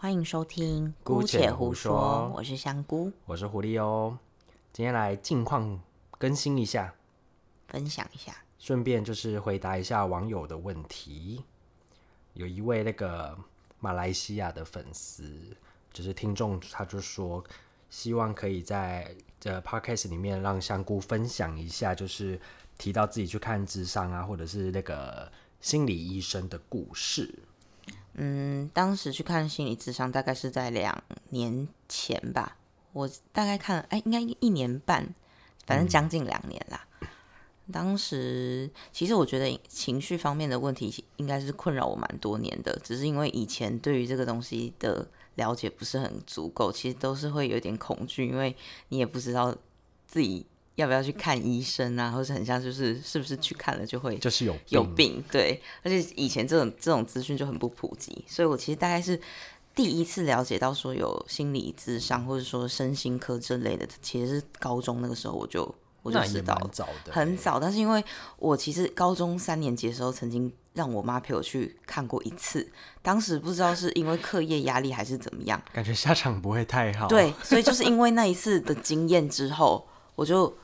欢迎收听，姑且胡说我是香菇，我是狐狸哦。今天来近况更新一下，分享一下。顺便就是回答一下网友的问题。有一位那个马来西亚的粉丝，就是听众，他就说希望可以在这 podcast 里面让香菇分享一下，就是提到自己去看智商啊，或者是那个心理医生的故事。嗯，当时去看心理智商，大概是在两年前吧。我大概看了，哎，应该一年半，反正将近两年啦。当时其实我觉得情绪方面的问题应该是困扰我蛮多年的，只是因为以前对于这个东西的了解不是很足够，其实都是会有点恐惧，因为你也不知道自己要不要去看医生啊，或者很像就是是不是去看了就会就是有病有病，对，而且以前这种这种资讯就很不普及，所以我其实大概是第一次了解到说有心理智商或者说身心科这类的，其实是高中那个时候我就我就那知也道蛮了，早的，欸很。早，但是因为我其实高中三年级的时候，曾经让我妈陪我去看过一次，当时不知道是因为课业压力还是怎么样，感觉下场不会太好。对，所以就是因为那一次的经验之后，我就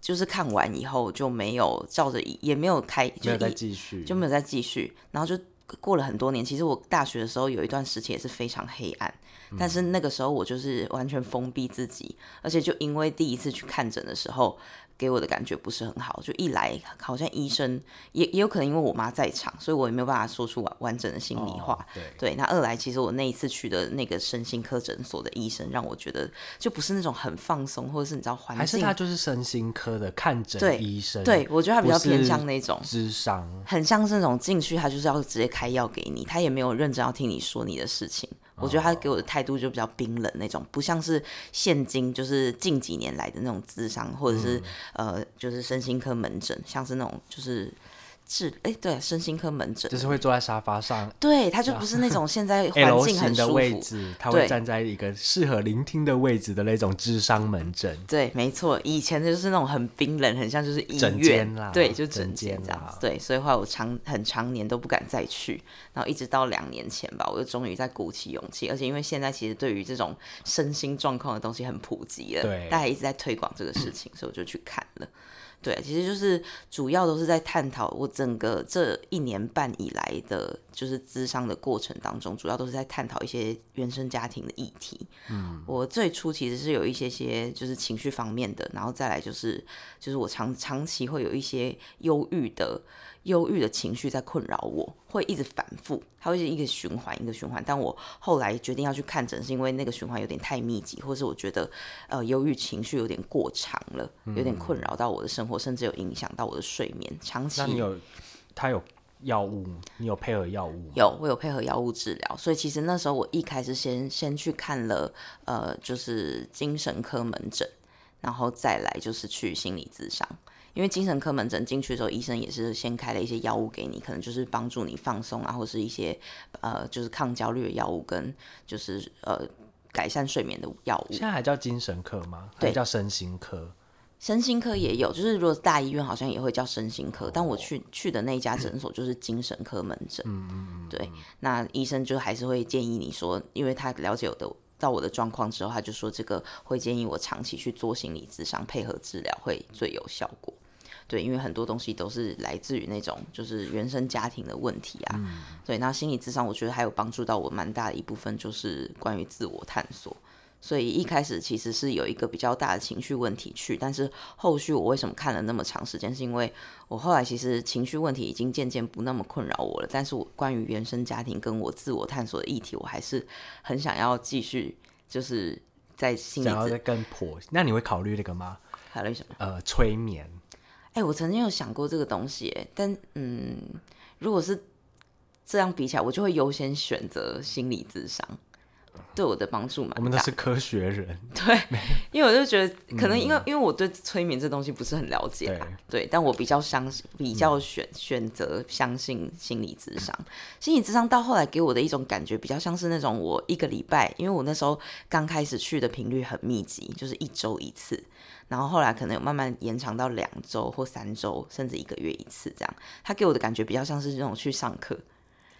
就是看完以后就没有照着以，也没有开，就没有再一继续，就没有再继续，然后就过了很多年。其实我大学的时候有一段时期也是非常黑暗，但是嗯那个时候我就是完全封闭自己，而且就因为第一次去看诊的时候。给我的感觉不是很好，就一来好像医生也也有可能因为我妈在场，所以我也没有办法说出完完整的心里话。哦对，对，那二来，其实我那一次去的那个身心科诊所的医生，让我觉得就不是那种很放松，或者是你知道环还是境他，就是身心科的看对诊医生，对，我觉得他比较不是偏向那种，智商，很像是那种进去他就是要直接开药给你，他也没有认真要听你说你的事情。哦我觉得他给我的态度就比较冰冷那种，不像是现今就是近几年来的那种智商，或者是、嗯呃就是身心科门诊，像是那种就是治哎、对、身心科门诊就，是会坐在沙发上对他就不是那种现在环 L 境很型的舒位服，置，他对会站在一个适合聆听的位置的那种智商门诊。对，没错，以前就是那种很冰冷，很像就是医整院间啦对，就整整间间这样啦子，对，所以后来我常很常年都不敢再去，然后一直到两年前吧，我就终于在鼓起勇气，而且因为现在其实对于这种身心状况的东西很普及了，对大家一直在推广这个事情，所以我就去看了。对，其实就是主要都是在探讨我整个这一年半以来的，就是咨商的过程当中，主要都是在探讨一些原生家庭的议题。嗯，我最初其实是有一些些就是情绪方面的，然后再来就是就是我长长期会有一些忧郁的忧郁的情绪在困扰我，会一直反复，它会是一个循环一个循环。但我后来决定要去看诊，是因为那个循环有点太密集，或是我觉得呃忧郁情绪有点过长了，有嗯点困扰到我的生活，甚至有影响到我的睡眠。长期那你有他有药物，你有配合药物吗？有，我有配合药物治疗，所以其实那时候我一开始先先去看了，呃，就是精神科门诊，然后再来就是去心理咨商。因为精神科门诊进去的时候，医生也是先开了一些药物给你，可能就是帮助你放松啊，或是一些呃，就是抗焦虑的药物跟就是呃改善睡眠的药物现。在还叫精神科吗？对还叫身心科。身心科也有，就是如果大医院好像也会叫身心科，但我去去的那一家诊所就是精神科门诊。对，那医生就还是会建议你说，因为他了解我的到我的状况之后，他就说这个会建议我长期去做心理咨商，配合治疗会最有效果。对，因为很多东西都是来自于那种就是原生家庭的问题啊。嗯对，那心理咨商我觉得还有帮助到我蛮大的一部分，就是关于自我探索。所以一开始其实是有一个比较大的情绪问题去，但是后续我为什么看了那么长时间，是因为我后来其实情绪问题已经渐渐不那么困扰我了，但是我关于原生家庭跟我自我探索的议题，我还是很想要继续就是在心理想要咨再更破，那你会考虑那个吗？考虑什么。呃，催眠，哎、我曾经有想过这个东西耶，但嗯，如果是这样比起来，我就会优先选择心理智商，对我的帮助我们蛮都大是。科学人，因为我就觉得，可能因嗯为、因为我对催眠这东西不是很了解啦，对，但我比较相信，比较选、选择相信心理智商。嗯心理智商到后来给我的一种感觉，比较像是那种我一个礼拜，因为我那时候刚开始去的频率很密集，就是一周一次，然后后来可能有慢慢延长到两周或三周，甚至一个月一次这样。他给我的感觉比较像是那种去上课。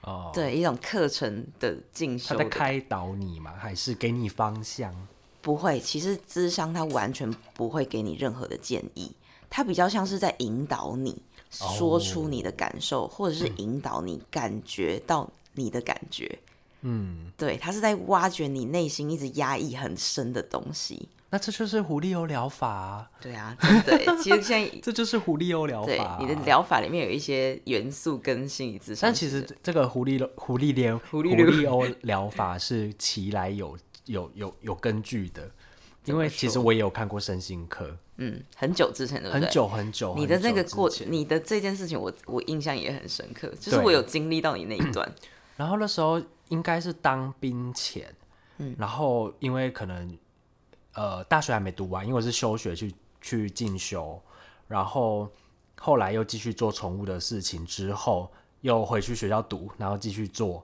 哦，对一种课程的进他修在的开导你吗？还是给你方向？不会，其实智商他完全不会给你任何的建议，他比较像是在引导你说出你的哦感受，或者是引导你感觉到你的感觉。嗯，对，他是在挖掘你内心一直压抑很深的东西。那这就是狐狸油疗法啊，对啊，对，其实现在。 这就是狐狸油疗对法啊。你的疗法里面有一些元素跟心理智商，但其实这这个狐狸的狐狸疗狐狸狸欧疗法是其来有有有有根据的，因为其实我也有看过身心科，嗯，很久之前对不对？很久很久。你的很久那个之过前，你的这件事情我，我印象也很深刻，就是对我有经历到你那一 段，然后那时候应该是当兵前，然后因为可能呃大学还没读完，因为我是休学去去进修，然后后来又继续做宠物的事情，之后又回去学校读，然后继续做，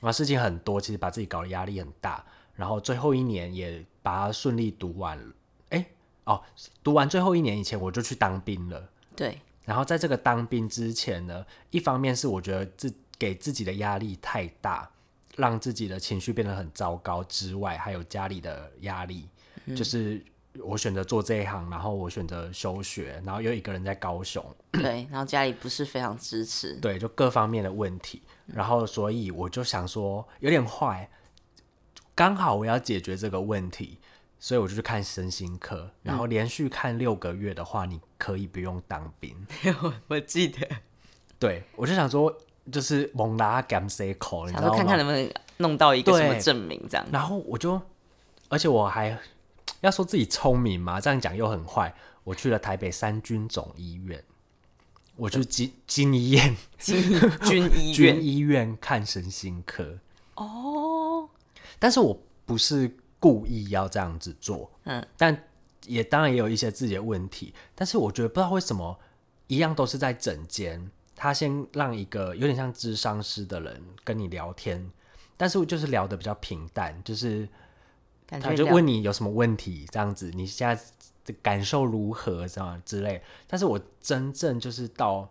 然后事情很多，其实把自己搞得压力很大，然后最后一年也把它顺利读完了，哎哦，读完最后一年以前我就去当兵了。对，然后在这个当兵之前呢，一方面是我觉得自给自己的压力太大，让自己的情绪变得很糟糕之外，还有家里的压力，就是我选择做这一行，然后我选择休学，然后又一个人在高雄， 对，然后家里不是非常支持， 对，就各方面的问题。然后，所以我就想说，有点坏，刚好我要解决这个问题，所以我就去看身心科，然后连续看六个月的话，你可以不用当兵。我我记得，对，我就想说，就是蒙拉甘塞口，你知想道说吗？看看能不能弄到一个对什么证明 这样。然后我就，而且我还要说自己聪明嘛，这样讲又很坏。我去了台北三军总医院，我去军军医院军 军医军院医院看身心科，哦，但是我不是故意要这样子做，嗯，但也当然也有一些自己的问题，但是我觉得不知道为什么，一样都是在整间，他先让一个有点像智商师的人跟你聊天，但是我就是聊得比较平淡，就是感觉他就聊问你有什么问题，这样子，你现在的感受如何，这样之类。但是我真正就是到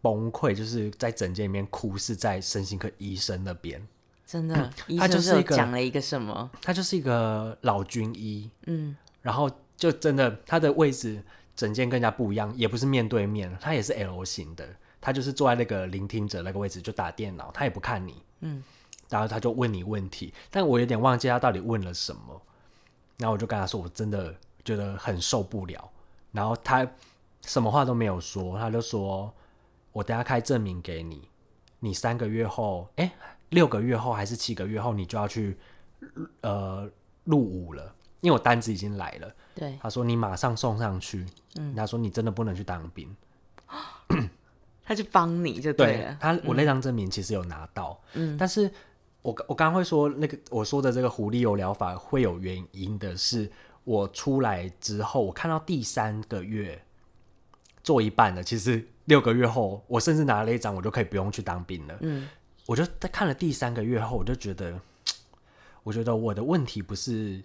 崩溃，就是在诊间里面哭，是在身心科医生那边。真 的，医他生就是有一个讲了一个什么，他就是一个老军医，嗯，然后就真的他的位置整间跟人家不一样，也不是面对面，他也是 L 型的，他就是坐在那个聆听者那个位置就打电脑，他也不看你，嗯，然后他就问你问题，但我有点忘记他到底问了什么，然后我就跟他说我真的觉得很受不了，然后他什么话都没有说，他就说我等下开证明给你，你三个月后，哎，六个月后还是七个月后你就要去呃入伍了。因为我单子已经来了，对，他说你马上送上去，他说你真的不能去当兵。他就帮你就了，嗯他，我那张证明其实有拿到，但是我刚我刚刚会说那个我说的这个狐狸油疗法会有原因的是，我出来之后，我看到第三个月做一半的，其实六个月后，我甚至拿了一张，我就可以不用去当兵了。嗯，我就在看了第三个月后，我就觉得，我觉得我的问题不是，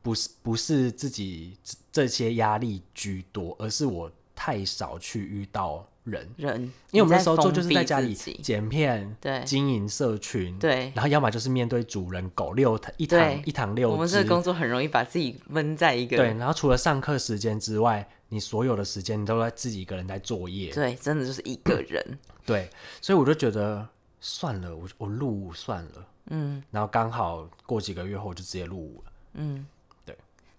不是不是自己这这些压力居多，而是我太少去遇到人，人，因为我你们那在时候做封就是闭在家自里己剪片，对经营社群，，对，然后要么就是面对主人狗六一对堂一堂我六们这只个，工作很容易把自己闷在一个对，然后除了上课时间之外，你所有的时间你都在自己一个人在作业，对，真的就是一 个人，对，所以我就觉得算了，我我入伍算了，嗯，然后刚好过几个月后我就直接入伍了，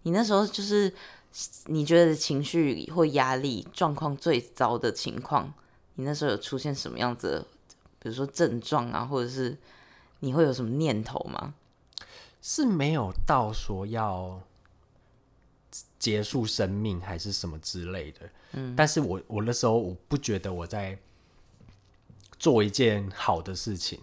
你那时候就是你觉得情绪或压力状况最糟的情况，你那时候有出现什么样子的，比如说症状啊，或者是你会有什么念头吗？是没有到说要结束生命还是什么之类的，嗯，但是我我那时候我不觉得我在做一件好的事情，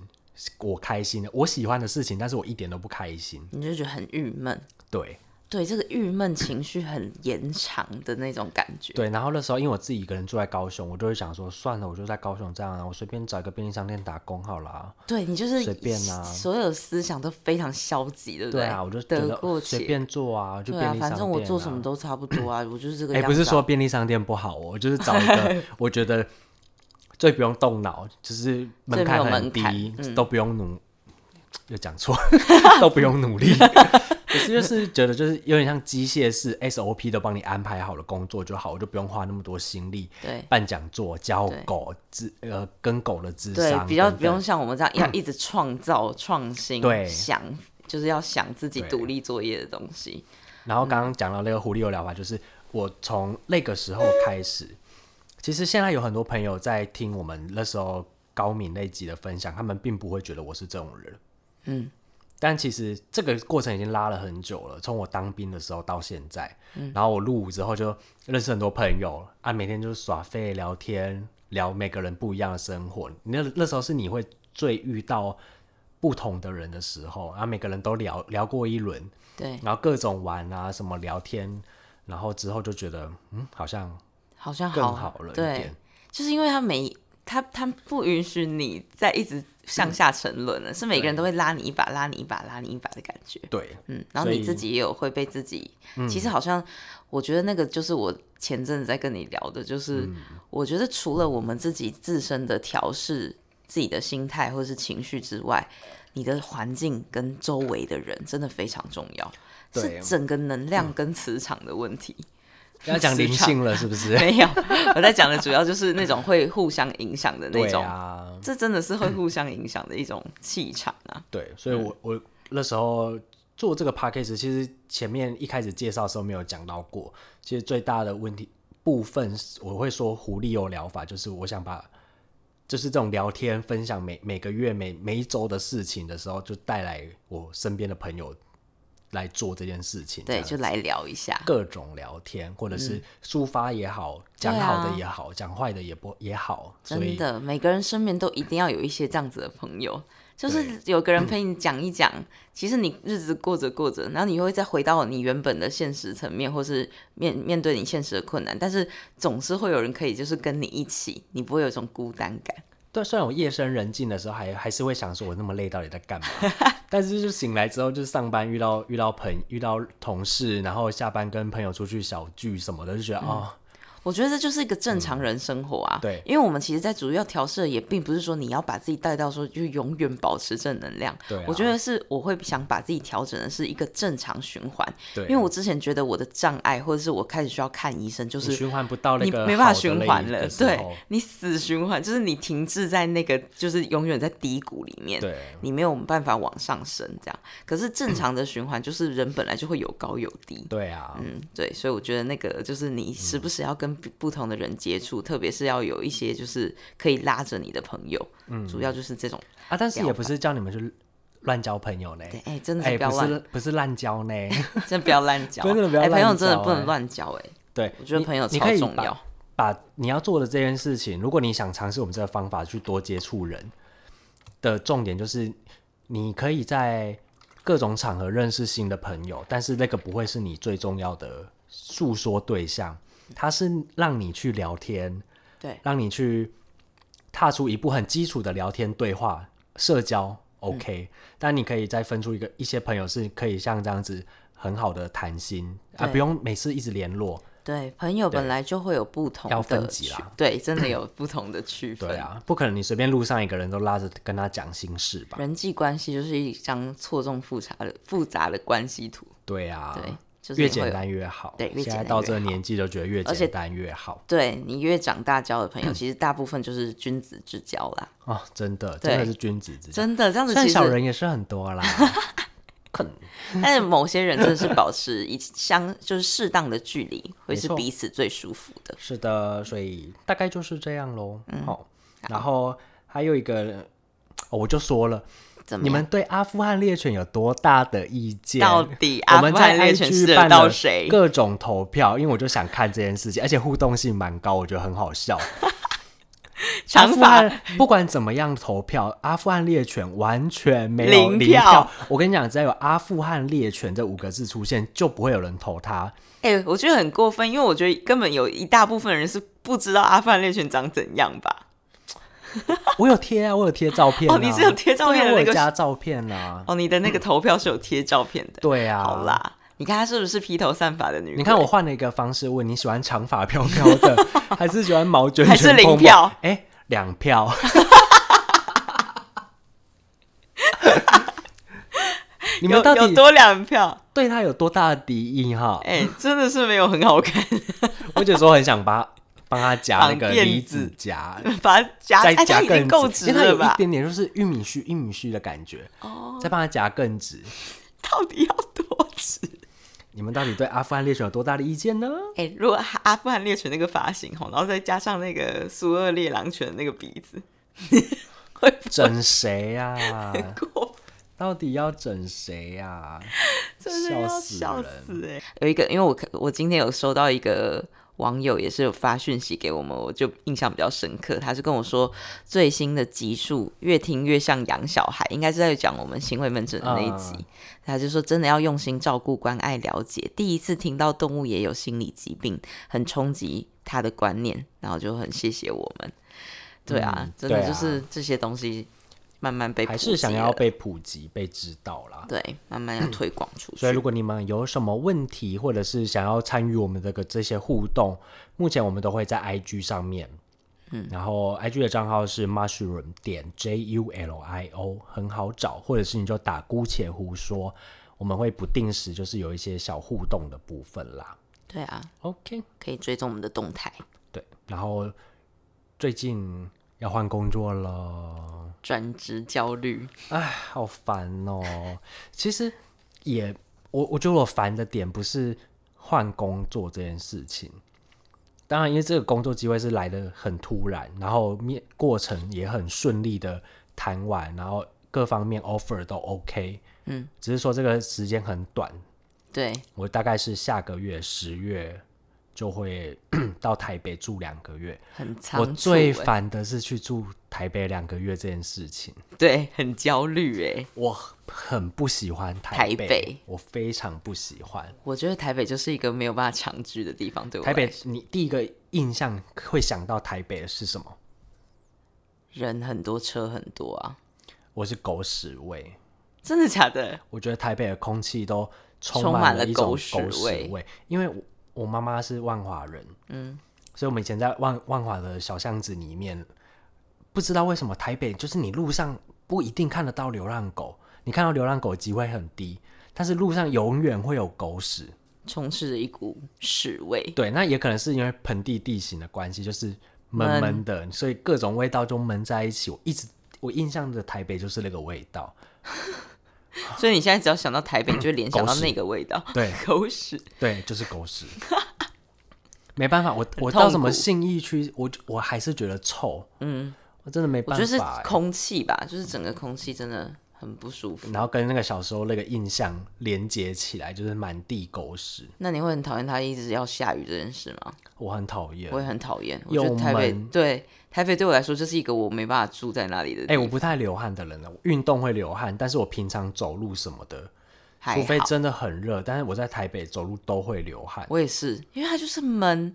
我开心的，我喜欢的事情，但是我一点都不开心，你就觉得很郁闷，对对，这个郁闷情绪很延长的那种感觉，对，然后那时候因为我自己一个人住在高雄，我就会想说算了，我就在高雄这样啊，我随便找一个便利商店打工好了啊、对你就是随便啊所有思想都非常消极，对不对对啊，我就觉得过得随且。便做啊，就对便啊，利商店、反正我做什么。都差不多啊，我就是这个哎、样子、啊。 不是说便利商店不好哦，我就是找一个我觉得最不用动脑，就是门槛很最没有低门，槛嗯都不用努，又讲错， 都不用努 力。可是就是觉得就是有点像机械式 SOP 都帮你安排好了工作就好，我就不用花那么多心力对办讲座、教对狗智呃跟狗的智对商，比较等不等用像我们这 样要一直创造 创新，对想就是要想自己对独立作业的东西，然后刚刚讲到那个狐狸有疗法，就是我从那个时候开始，其实现在有很多朋友在听我们那时候高敏那集的分享，他们并不会觉得我是这种人，嗯，但其实这个过程已经拉了很久了，从我当兵的时候到现在，然后我入伍之后就认识很多朋友啊，每天就是耍废聊天，聊每个人不一样的生活。那那时候是你会最遇到不同的人的时候，啊，每个人都聊聊过一轮，对，然后各种玩啊，什么聊天，然后之后就觉得，嗯，好像好像更好好了一对点，。就是因为他每他他不允许你再一直嗯向下沉沦了，是每个人都会拉你一把、拉你一把、拉你一把的感觉。对，嗯，然后所你以嗯自己也有会被自己，其实好像我觉得那个就是我前阵子在跟你聊的，就是、嗯我觉得除了我们自己自身的调试自己的心态或是情绪之外，你的环境跟周围的人真的非常重要，是对嗯整个能量跟磁场的问题。要讲灵磁场性了，是不 是？没有，我在讲的主要就是那种会互相影响的那对种，啊，这真的是会互相影响的一种气场啊。对，所以我、我那时候做这个 p a c k a g e 其实前面一开始介绍的时候没有讲到过，其实最大的问题部分是我会说狐狸有疗法，就是我想把。就是这种聊天分享每每个月每每一周的事情的时候，就带来我身边的朋友来做这件事情。这对，样就来聊一下。各种聊天，或者嗯是抒发也好，讲、好的也好，讲坏的也不也好，所啊真以的，每个人身边都一定要有一些这样子的朋友，就是对有个人陪你讲一讲，其实你日子过着过着，然后你又会再回到你原本的现实层面，或是面面对你现实的困难，但是总是会有人可以就是跟你一起，你不会有一种孤单感。对。虽然我夜深人静的时候还还是会想说，我那么累到底在 干嘛？但是就醒来之后，就是上班遇到遇到朋遇到同事，然后下班跟朋友出去小聚什么的，就觉嗯得、哦，我觉得这就是一个正常人生活啊。嗯对因为我们其实，在主要调试的也并不是说你要把自己带到说就永远保持正能量。对啊我觉得是我会想把自己调整的是一个正常循环。对，因为我之前觉得我的障碍或者是我开始需要看医生，就你是循环不到那你个没办法好的循类环的了，时对候你死循环，就是你停滞在那个就是永远在低谷里面。对你没有办法往上升，这样。可是 正常的循环就是人本来就会有高有低，对啊，嗯，对，所以我觉得那个就是嗯你时不时要跟不不同的人接触，特别是要有一些就是可以拉着你的朋友，嗯，主要就是这种。啊，但是疗也法不是叫你们去乱交朋友呢，对，哎、真的哎、是不要不乱，是不是滥交呢， 真的不要乱交，真的不要哎、朋友乱真的交不哎能乱交、哎，对， 我觉得你朋友你超可以重把要。把你要做的这件事情，如果你想尝试我们这个方法去多接触人的重点，就是你可以在各种场合认识新的朋友，但是那个不会是你最重要的诉说对象，它是让你去聊天，对，让你去踏出一步很基础的聊天对话社交，OK，、但嗯你可以再分出一个一些朋友是可以像这样子很好的谈心啊，对不用每次一直联络。对，朋友本对来就会有不同的要分级区啦，对，真的有不同的区分。对啊，不可能你随便路上一个人都拉着跟他讲心事吧？ 人际关系就是一张错综复杂的复杂的关系图，对啊，对，就是越会简有单越好。对越现简在单到越这个年纪就觉得越而且简单越好对你越长大交的朋 友，其实大部分就是君子之交啦，哦，真的，真的对是君子之交。真的这样子虽其然实小人也是很多 啦，但是某些人真的是保持一相就是适当的距离，会没是错彼此最舒服的。是的，所以大概就是这样喽。嗯好，然后还有一个，哦我就说了，怎么你样们对阿富汗猎犬有多大的意见？到底我阿们富在汗猎犬 IG 适办合到了谁？各种投票，因为我就想看这件事情，而且互动性蛮高，我觉得很好笑。阿长富发汗不管怎么样投票，阿富汗猎犬完全没有零零票我跟你讲，只要有阿富汗猎犬这五个字出现，就不会有人投它。哎、我觉得很过分，因为我觉得根本有一大部分人是不知道阿富汗猎犬长怎样吧？我有贴啊，我有贴照片、啊。哦你是有贴照片的对啊那我有个加照片啊。哦，你的那个投票是有贴照片的。对啊，好。啦，你看她是不是披头散发的女鬼？你看我 换了一个方式问你喜欢长发飘飘的，还是喜欢毛卷还卷是零蓬蓬票？哎，两票， 你们有到有底多两票？对他有多大的敌意哈？哎、真的是没有很好看， 我有时候很想把帮他夹那绑个辫离子子夹，把它夹，再哎，夹它已更经够直，直因为它有了一吧？哦点点就是玉米须玉米须的感觉，再帮他夹更直。到底要多 直？你们到底对阿富汗猎犬有多大的意见呢？哎、如果阿阿富汗猎犬那个发型吼，然后再加上那个苏俄猎狼犬的那个鼻子，整谁呀？过分到底要整谁呀？ 真的要死笑人！死哎、有一个，因为我看我今天有收到一个网友也是有发讯息给我们，我就印象比较深刻。他是跟我说最新的集数越听越像养小孩，应该是在讲我们行为门诊的那一集。嗯他就说真的要用心照顾、关爱、了解。第一次听到动物也有心理疾病，很冲击他的观念，然后就很谢谢我们。对啊，嗯真的对啊就是这些东西慢慢被还普及是想要了被普及、被知道啦。对慢 慢要推广出去所以，。如果你们有什么问题，或者是想要参与我们这个这些互动，目前我们都会在 IG 上面，嗯，然后 IG 的账号是 mushroom 点 j u l i o，很好找，或者是你就打姑且胡说，我们会不定时就是有一些小互动的部分啦。对啊， OK，可以追踪我们的动态，对，然后最近要换工作了。转职焦虑。唉，好烦哦。其实也，我我觉得我烦的点不是换工作这件事情，当然因为这个工作机会是来的很突然，然后面过程也很顺利的谈完，然后各方面 offer 都 OK，嗯，只是说这个时间很短，对，我大概是下个月十月就会 到台北住两个月。很仓我促欸。最烦的是去住台北两个月这件事情。对，很焦虑哎。我很不喜欢台北，北我非常不喜欢我觉得台北就是一个没有办法长居的地方，对我台来北。你第一个印象会想到台北的是什么？人很多，车很多啊，我是狗屎味。真的假的？我觉得台北的空气都充充满满了了一种狗狗屎屎味味，因为我我妈妈是万华人，嗯，所以我们以前在万万华的小巷子里面，不知道为什么台北就是你路上不一定看得到流浪狗，你看到流浪狗的机会很低，但是路上永远会有狗屎。充斥着一股屎味。对，那也可能是因为盆地地形的关系，就是闷闷的，所以各种味道就闷在一起。我一直我印象的台北就是那个味道，所以你现在只要想到台北，你就会联想到狗屎那个味道，对狗屎。对，就是 狗屎。没办法，我我痛到什么苦信义区，我就我还是觉得臭，嗯，我真的没我办觉法得是欸、空气吧，就是整个空气真的很不舒服。然后跟那个小时候那个印象连接起来，就是满地狗屎，那你会很讨厌它一直要下雨这件事吗？我很讨厌我。也很讨厌。我又觉得台北闷对台北对我来说就是一个我没办法住在那里的地哎、我不太流汗的人了，我运动会流汗，但是我平常走路什么的，还除非好真的很热，但是我在台北走路都会流汗。我也是，因为它就是闷，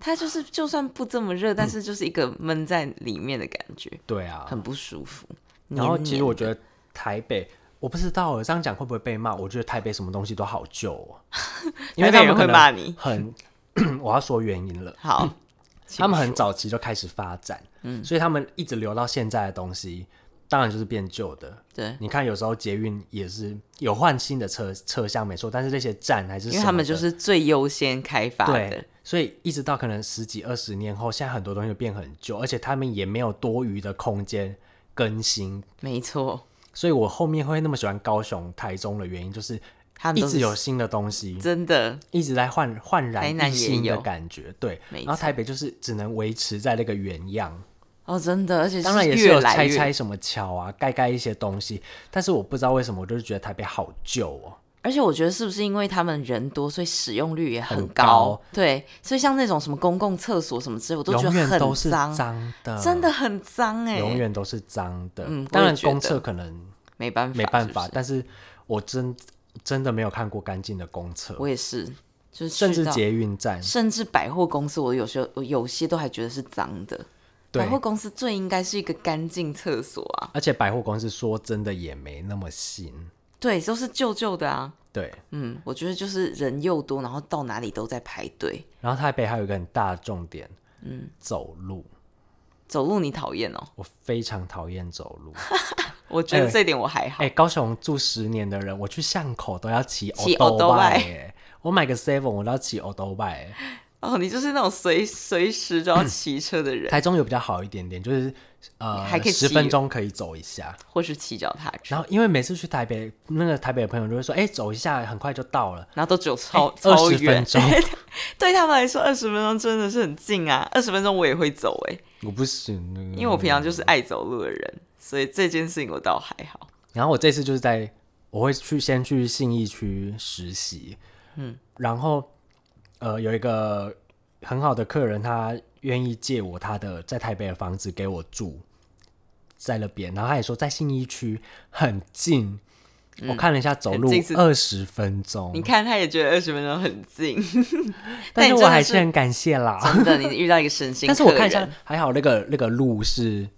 它就是就算不这么热，但是就是一个闷在里面的感觉，对嗯啊，很不舒服。然后其实我得觉得台北，我不知道我这样讲会不会被骂。我觉得台北什么东西都好旧哦，因为台北人他们可会能骂你很， 我要说原因了。好，他们很早期就开始发展，嗯，所以他们一直留到现在的东西，当然就是变旧的。对，你看，有时候捷运也是有换新的车车厢没错，但是这些站还是因为什他么们就的是最优先开发的对，，所以一直到可能十几二十年后，现在很多东西就变很旧，而且他们也没有多余的空间更新没错，所以我后面会那么喜欢高雄、台中的原因，就是他们一都直是有新的东西，真的一直在焕焕然台南一新也的有感觉。对，没然后错台北就是只能维持在那个原样，哦，真的，而且当然也是越有来拆越，拆什么桥啊、盖盖一些东西，但是我不知道为什么，我就是觉得台北好旧哦。而且我觉得是不是因为他们人多，所以使用率也很很高对，所以像那种什么公共厕所什么之类，我都觉得永远都很是脏，脏的，真的很脏哎、永远都是脏的。嗯我也当然觉公得厕可能没办法，没办法，是不是但是我真真的没有看过干净的公厕，我也是，就是甚去至到捷运站，甚至百货公司，我有时候我有些都还觉得是脏的。对百货公司最应该是一个干净厕所啊，而且百货公司说真的也没那么新，对，都是旧旧的啊。对。嗯，我觉得就是人又多，然后到哪里都在排队。然后台北还有一个很大的重点，嗯，走路，走路你讨厌哦？我非常讨厌走 路。我觉得这点我还好。哎、高雄住十年的人，我去巷口都要骑 骑欧兜 Otobai 拜耶。我买个 seven 我都要骑欧兜拜耶。哦，你就是那种随随时都要骑车的人，台中有比较好一点点，就是呃，还可以十骑分钟可以走一下。或是骑脚踏车，然后因为每次去台北，那个台北的朋友就会说，哎、走一下，很快就到了。然后都只有超、哎二超十分远。钟， 对他们来说，二十分钟真的是很近啊！二十分钟我也会走哎、我不行。因为我平常就是爱走路的人，所以这件事情我倒还好。然后我这次就是在，我会去先去信义区实习，嗯，然后呃有一个很好的客人，他愿意借我他的在台北的房子给我住，在那边，然后他也说在信义区很近，我看了一下走很路近是二十分你钟，看，他也觉得二十分钟很近，但但你是我真的还是是很感谢啦。真的，你遇到一个神 心但是客我看一下人，，还好那个那个路是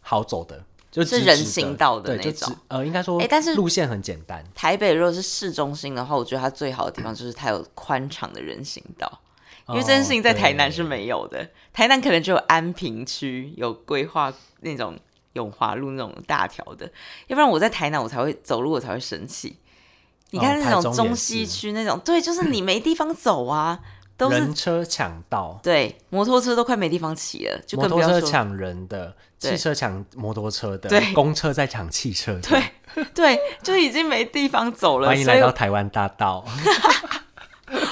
好走的，就是直直人的行道的对，那就直种呃，应该说，哎但是路线很简单。台北如果是市中心的话，我觉得它最好的地方就是它有宽敞的人行道，因为这件事情在台南是哦没有的。台南可能只有安平区有规划那种永华路那种大条的，要不然我在台南我才会走路，我才会生气。你看哦那台种中也中西是区那种，对，就是你没地方走 啊，都是人车抢道，对，摩托车都快没地方骑了，就摩更不托要车说抢人的，对汽车抢摩托车的，对公车在抢汽车的。对 对，就已经没地方走了。 欢迎所以来到台湾 大道。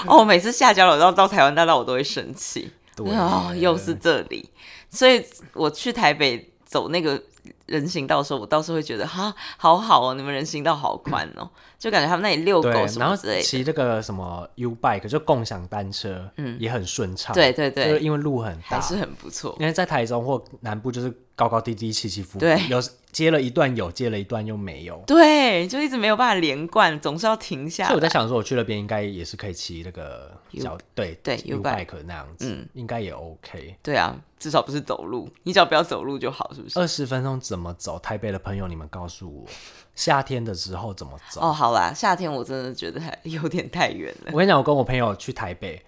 哦，我每次下交流道到台湾大道，我都会生气。对哦，又是这里，所以我去台北走那个人行道的时候，我倒是会觉得哈，好好哦，你们人行道好宽哦，就感觉他们那里遛对狗，什然么后之类的。骑这个什么 U bike 就共享单车，嗯，也很顺畅。对对就是对，因为路很还大，是很不错。因为在台中或南部就是高高低低、起起伏伏，对有接了一段有，接了一段又没有。对，就一直没有办法连贯，总是要停下所以我在来。想说，我去那边应该也是可以骑那个啊 U- 小对对 U U bike 那样子嗯，应该也 OK。对啊，至少不是走路，你只要不要走路就好，是不是？二十分钟怎么走？台北的朋友，你们告诉 我，夏天的时候怎么走？哦，好啦，夏天我真的觉得还有点太远了。 我跟你讲，我跟我朋友去台北，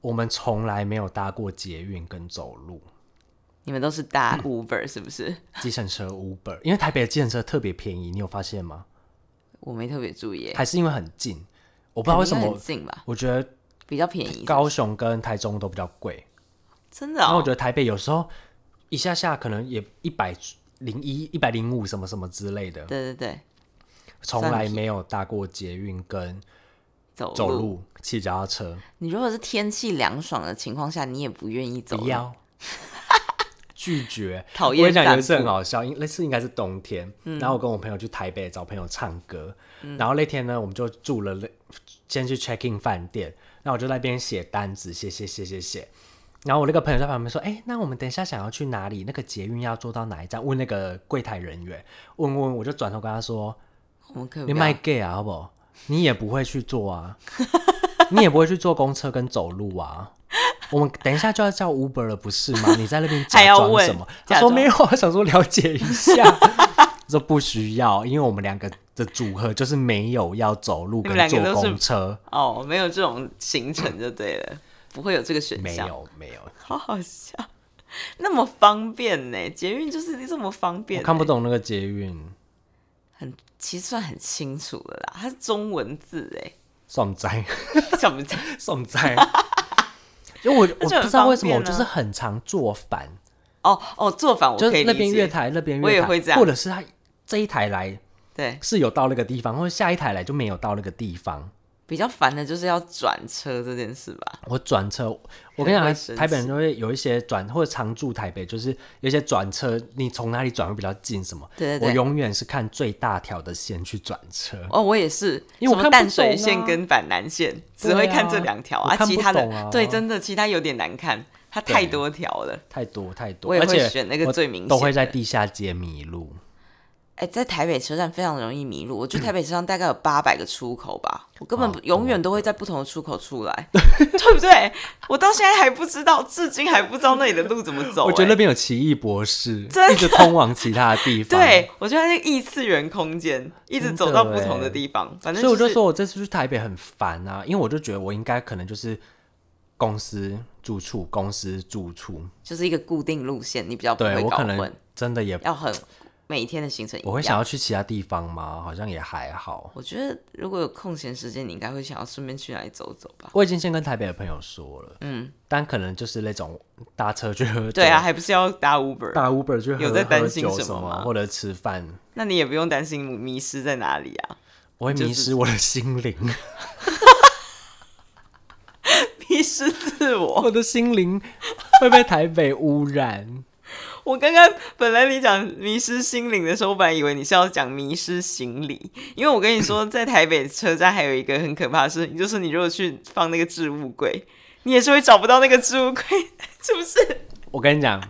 我们从来没有搭过捷运跟走路，你们都是搭 Uber 是不是？计 程车 Uber，因为台北的计程车特别便宜，你有发现吗？我没特别注意耶，还是因为很近？我不不知道为什很么，近吧，我觉得比较便宜，高雄跟台中都比较贵，哦真的、然后我哦觉。得台北有时候一下下可能也一百零一、一百零五什么什么之类的，对对对，从算来便宜没有搭过捷运跟走走路、骑脚踏车。你如果是天气凉爽的情况下，你也不愿意走不路。要， 拒绝。讨我跟厌嗯你讲，有一散次很步好笑，因那次应该是冬天，然后我跟我朋友去台北找朋友唱歌，嗯然后那天呢，我们就住了那，先去 check in 饭店，那我就在那边写单子，写写写写写。然后我那个朋友在旁边说：“哎、那我们等一下想要去哪里？那个捷运要坐到哪一站？”问那个柜台人员，问问，我就转头跟他说：“我们可不你可卖以 gay 啊，好不好？你也不会去坐啊， 你也不会去坐公车跟走路啊。我们等一下就要叫 Uber 了，不是吗？你在那边假还要装问什么？他假说装没有啊，想说了解一下。我说不需要，因为我们两个的组合就是没有要走路你们跟两个坐都是公车，哦，没有这种行程就对了，不会有这个选没项。有没有，好好笑， 那么方便呢？捷运就是这么方便我呢，看不懂那个捷运很，其实算很清楚了啦。它是中文字哎，算 在 想不起来算在， 因为我我那就很不知道为什么我方便啊就是很常坐反。哦哦，做法我就可以是那理边月解。台那边月台，我也会这样或者是他这一台来对，是有到那个地方，或者下一台来就没有到那个地方。比较烦的就是要转车这件事吧。我转车，我跟你很会讲，生台北人就会有一些转，或者常住台北，就是有一些转车，你从哪里转会比较近什么？对对我对，永远是看最大条的线去转车，哦，我也是，因为我什看不么淡水懂啊线跟板南线，对只会看啊这两条我看其不他的、懂啊对，真的其他有点难看，它太对多条了。太多太多，我也而会且选那个我最明显的，都会在地下街迷路。哎、在台北车站非常容易迷路。我 去台北车站大概有八百个出口吧，我根本哦不永远都会在不同的出口出 来，对不对？我到现在还不知道，至今还不知道那里的路怎么走、我觉得哎那边有奇异博士，真一直通往其他的地 方。对，我觉得它是异次元空间，一直真走的到不哎同的地方。反正、所以我就就是说我这次去台北很烦啊，因为我就觉得我应该可能就是公司住处，公司住处，就是一个固定路线，你比较不对会我搞可能混，真的也，要很每天的行程一样。我会想要去其他地方吗？好像也还好。我觉得如果有空闲时间，你应该会想要顺便去哪里走走吧？我已经先跟台北的朋友说了，嗯，但可能就是那种搭车去喝酒，对啊，，还不是要搭 Uber，搭 Uber 去喝有在担心喝酒什么吗或者吃饭，那你也不用担心迷失在哪里啊，我会就迷是失我的心 灵，迷失自我。我的心灵会被台北污染。我刚刚本来你讲迷失心灵的时候，我本来以为你是要讲迷失行李，因为我跟你说，在台北车站还有一个很可怕的事情，就是你如果去放那个置物柜，你也是会找不到那个置物柜， 是不是？我跟 你讲，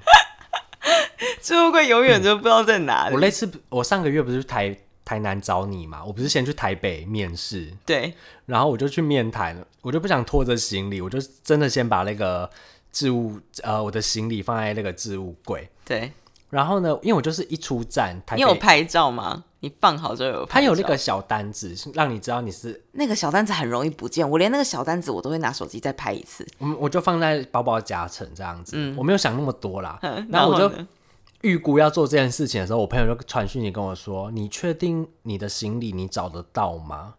置物柜永远都不知道在哪我里。那次我上个月不是去台台南找你嘛，我不是先去台北面试，对，然后我就去面谈，我就不想拖着行李，我就真的先把那个置物呃我的行李放在那个置物柜。对，然后呢，因为我就是一出站，台你有北拍照吗？你放好之后有拍它有那照个小单子，让你知道你是那个小单子很容易不见，我连那个小单子我都会拿手机再拍一次。我我就放在包包夹层这样子，我没有想那么多啦。嗯然后 我然后就呢预估要做这件事情的时候，我朋友就传讯息跟我说：“你确定你的行李你找得到吗？”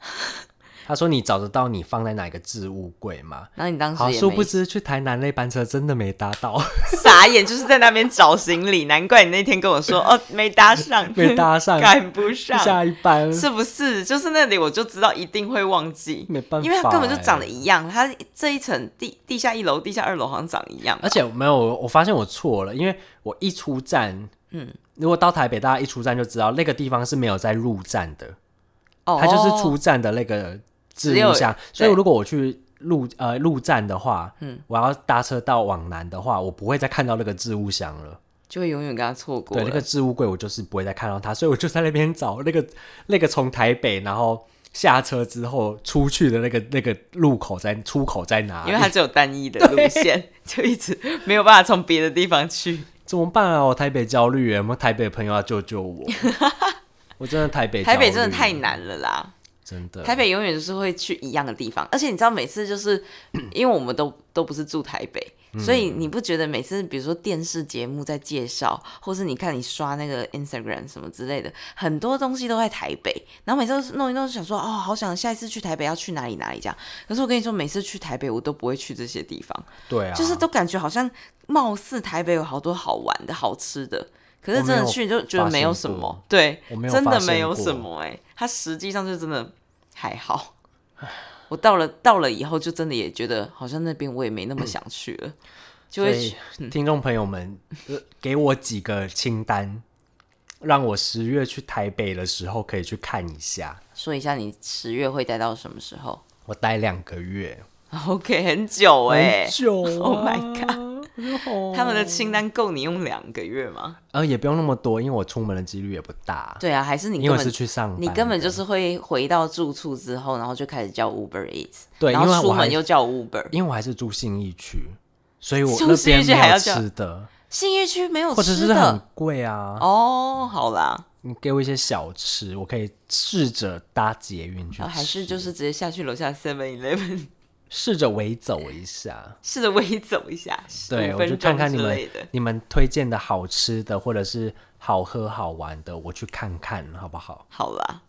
他说：“你找得到你放在哪个置物柜吗然后你当？”时好，也殊没不知去台南那班车真的没搭到， 傻眼，就是在那边找行李，难怪你那天跟我说哦没搭上， 没搭 上，赶不上， 下一班是不是？就是那里我就知道一定会忘记，没办法、因为它根本就长得欸一样，它这一层地地下一楼、地下二楼好像长一样吧，而且没有，我我发现我错了，因为我一出站，嗯，如果到台北，大家一出站就知道那个地方是没有在入站的，哦它就是出站的那个置只有物箱，所以如果我去入呃入站的话，嗯我要搭车到往南的话，我不会再看到那个置物箱了。就会永远跟它错过对，了。那个置物柜我就是不会再看到它，所以我就在那边找那个 那个从台北然后下车之后出去的那个那个路口在出口在哪里因为？它只有单一 的路线，就一直没有办法从别的地方去。怎么办啊？我台北焦虑耶，有没有台北朋友要救 救我？我真的台北焦虑，台北真的太，难了啦。真的台北永远就是会去一样的地方，而且你知道每次就是因为我们都都不是住台北，所以你不觉得每次比如说电视节目在介绍，或是你看你刷那个 Instagram 什么之类的，很多东西都在台北，然后每次都是弄一弄就想说哦，好想下一次去台北要去哪里哪里这样。可是我跟你说，每次去台北我都不会去这些地方，对啊，就是都感觉好像貌似台北有好多好玩的好吃的。可是我真没有的去就觉得没有什发现么过，对，我没有真发的现没有过什。么哎、它实际上就真的还好。我到了到了以后，就真的也觉得好像那边我也没那么想去了，就嗯所会以去听众朋友们，呃给我几个清单，让我十月去台北的时候可以去看一下。说一下你十月会待到什么时候 我待两个月， ？OK，很久哎、很久、啊、 Oh my god！他们的清单够你用两个月吗？呃也不用那么多，因为我出门的几率也不大，对啊，还是你因为根我是本去上班的，你根本就是会回到住处之后，然后就开始叫 Uber Eats，对然因为后我出还门又叫 Uber，因为我还是住信义区，所以我住那信义边区还没有要叫吃的。信义区没有或者吃是很的贵啊。哦，好啦，你给我一些小吃，我可以试着搭捷运去吃、然后哦还是就是直接下去楼下 Seven Eleven 试着围走一下。试着微走一下，对， 15我分就钟看看你之们类的。你们推荐的好吃的或者是好喝好玩的，我去看看好不好？好啦，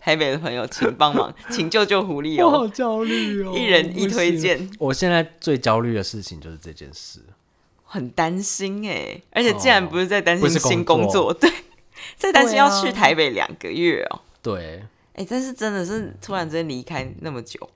台北的朋友，请帮忙，请救救狐狸 哦！我好焦虑哦，一人一推不荐行。，我现在最焦虑的事情就是这件事，很担心哎，而且竟然不是在担心哦不是工新工作作，对，在担心对啊要去台北两个月哦。对。哎，但是真的是突然之间离开那么久，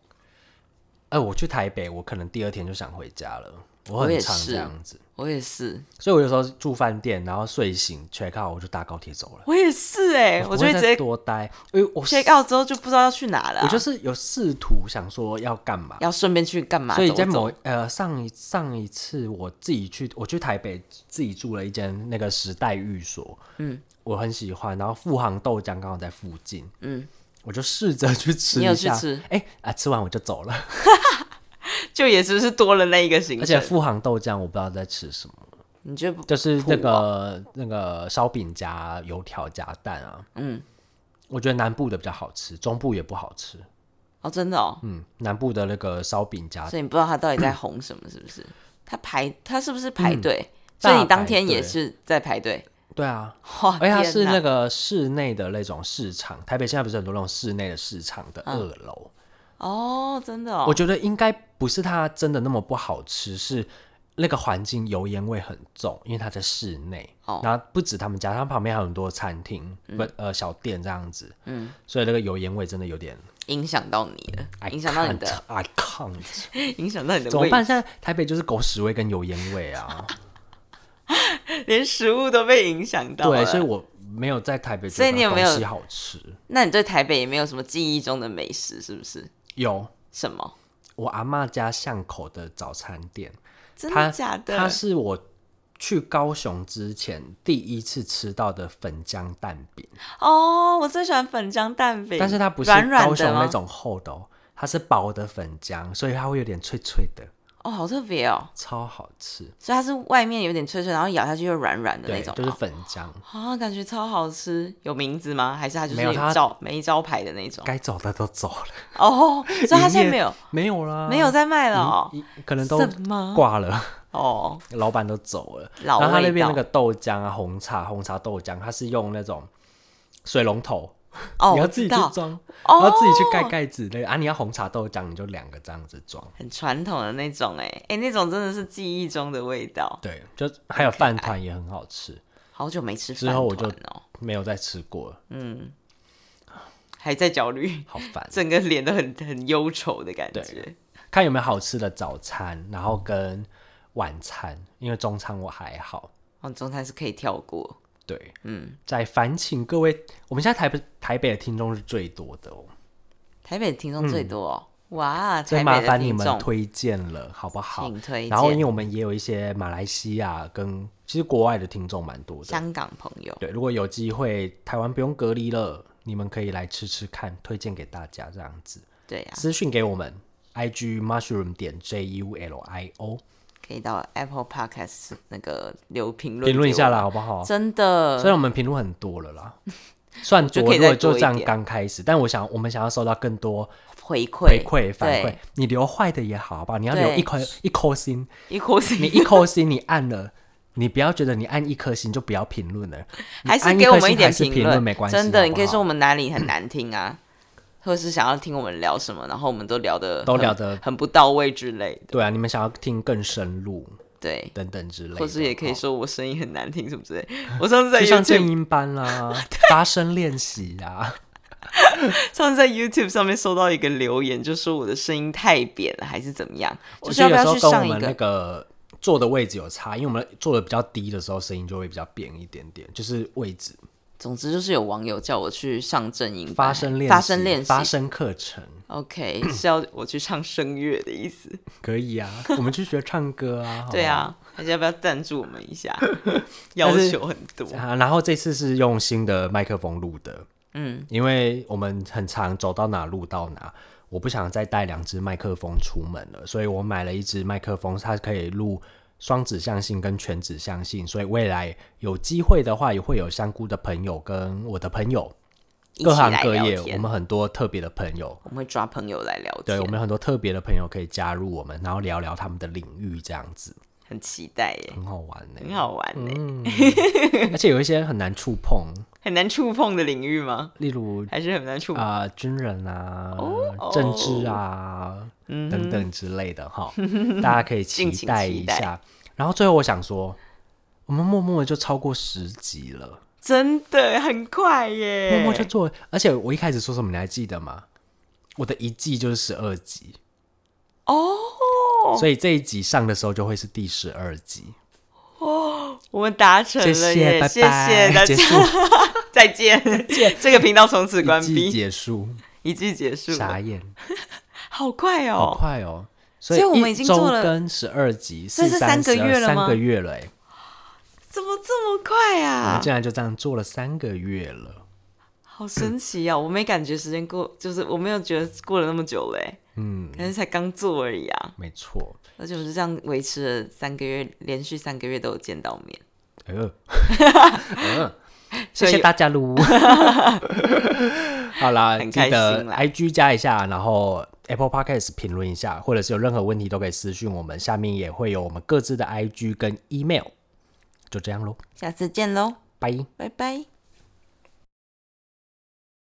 哎、我去台北，我可能第二天就想回家了。我我很也常是这样子，我也是，所以我有时候住饭店，然后睡醒 check out，我就搭高铁走了。我也是哎，不我就会会直再接多待，因为我 check out 之后就不知道要去哪了啊，我就是有试图想说要干嘛，要顺便去干嘛走所走？以在某呃上一上一次我自己去，我去台北自己住了一间那个时代寓所，嗯，我很喜欢，然后富航豆浆刚好在附近，嗯，我就试着去吃你有一去下，吃哎、啊，吃完我就走了，就也只是多了那一个行而且程，富航豆浆我不知道在吃什么，你就不就是那啊个那个烧饼夹油条夹蛋啊，嗯，我觉得南部的比较好吃，中部也不好吃，哦，真的哦，嗯，南部的那个烧饼夹所以你不知道他到底在红什么，是不是？他排他是不是排队？嗯大所以你当排天也队是在排队？对啊，哇，而且它天是哪那个室内的那种市场，台北现在不是很多那种室内的市场的嗯二楼，哦，真的哦，我觉得应该不是它真的那么不好吃，是那个环境油烟味很重，因为它在室内。哦嗯然后不止他们家，它旁边还有很多餐厅，不、呃小店这样子，嗯，所以那个油烟味真的有点影响到你了，影响到你的， I can't，影响到你的怎么胃，办？现在台北就是狗屎味跟油烟味啊，连食物都被影响 到了。对，所以我没有在台北觉所以得你有没有东西好吃，那你对台北也没有什么记忆中的美食，是不是？有什么？我阿嬷家巷口的早餐店，真它的假的它？是我去高雄之前第一次吃到的粉浆蛋饼，哦，我最喜欢粉浆蛋饼，但是它不是软软高雄的那吗？种厚的哦，它是薄的粉浆，所以它会有点脆脆的，哦，好特别哦，超好吃。所以它是外面有点脆脆，然后咬下去又软软的那对，种吗，就是粉浆，啊，感觉超好吃。有名字吗？还是它就是没有它招没招牌的那种？该走的都走了，哦，所以它现在没有没有啦，没有在卖了哦嗯，，一可能都什么？挂了， 哦，老板都走了。老然后他那味边道那个豆浆啊，红茶、红茶豆浆，它是用那种水龙头，哦，你要我知自己去道，装，哦然后自己去盖盖子那个啊，你要红茶豆浆，你就两个这样子装。很传统的那种，哎哎，那种真的是记忆中的味道。对，就还有饭团也很好吃，好久没吃之饭后我就团哦，没有再吃过了，嗯，还在焦虑， 好烦。整个脸都很很忧愁的感觉。看有没有好吃的早餐，然后跟晚餐，因为中餐我还好。哦，中餐是可以跳过，对，嗯，在烦请各位，我们现在台北台北的听众是最多的哦，台北的听众最多哦，哇，所台以嗯麻北的烦你听们众，推荐了，好不好？请推然后，因为荐我们也有一些马来西亚跟其实国外的听众蛮多的，香港朋友，对，如果有机会，台湾不用隔离了，你们可以来吃吃看，推荐给大家这样子。对啊呀，私讯给我们，IG mushroom 点 J U L I O 可以到 Apple Podcast 那个留评论，评论一下啦，，好不好？真虽的，然我们评论很多了啦， 算就多，可以如果再多就一这样点刚开始，但我想我们想要收到更多回回馈馈反馈对，你留坏的也好，好不好？你要留对一颗一颗星，一颗星你一颗星你按了。你不要觉得你按一颗星就不要评 论了，你还是按一给我颗们星一点还是评论，没关系，真的，好你不可以好说我们哪里很难听啊， 或者是想要听我们聊什么，然后我们都聊的都聊得很不到位之类的，对啊，你们想要听更深入对，等等之类的，哦或是也可以好说我声音很难听什么之类。我上次在去上正 YouTube 音 班啦、发声练习啊啦，上次在 YouTube 上面收到一个留言，就说我的声音太扁了，还是怎么样？我就是觉要得不有要时去候跟我上一们那个？个坐的位置有差，因为我们坐的比较低的时候，声音就会比较扁一点点，就是位置总之就是有网友叫我去上正音班发声练习发声练习发声课程 OK 是要我去唱声乐的意思。可 以啊，我们去学唱歌啊，好不对好。啊，还是要不要赞助我们一 下？要但是求很多。啊，然后这次是用新的麦克风录的，嗯，因为我们很常走到哪录到哪，我不想再带两只麦克风出门了，所以我买了一只麦克风，它可以录双指向性跟全指向性，所以未来有机会的话，也会有香菇的朋友跟我的朋友，一起各行来各聊业，天我们很多特别的朋友，我们会抓朋友来聊天，对我们有很多特别的朋友可以加入我们，然后聊聊他们的领域，这样子很期待耶，很好玩 呢、很好玩耶，嗯而且有一些很难触碰，很难触碰的领域吗？例如还是很难触碰？啊、军人啊，哦政治啊、嗯等等之类的 哈，大家可以期敬请待期一待下。然后最后我想说，我们默默的就超过十集了，真的很快耶，默默就做，而且我一开始说什么你还记得吗？我的一季就是十二集，哦，所以这一集上的时候就会是第十二集。我们达成谢了耶，谢，拜谢谢大 拜，结家，束，再见， 这个频道从此 关一季闭，结束，一季结束了，傻眼，好快好哦，快哦！所所以我们一已经周做了跟十二集，所以是三个月了三吗个月了，哎，怎么这么快我们啊？竟然就嗯这样做了三个月了。好神奇啊！我没感觉时间过，就是我没有觉得过了那么久嘞，嗯，感觉才刚做而已啊。没错。而且我就这样维持了三个月，连续三个月都有见到面。哎呦，嗯所以谢 谢大家喽。好啦，很记开心得啦 IG 加一下，然后 Apple Podcast 评论一下，或者是有任何问题都可以私讯我们，下面也会有我们各自的 IG 跟 email，就这样喽，下次见喽，拜。拜拜。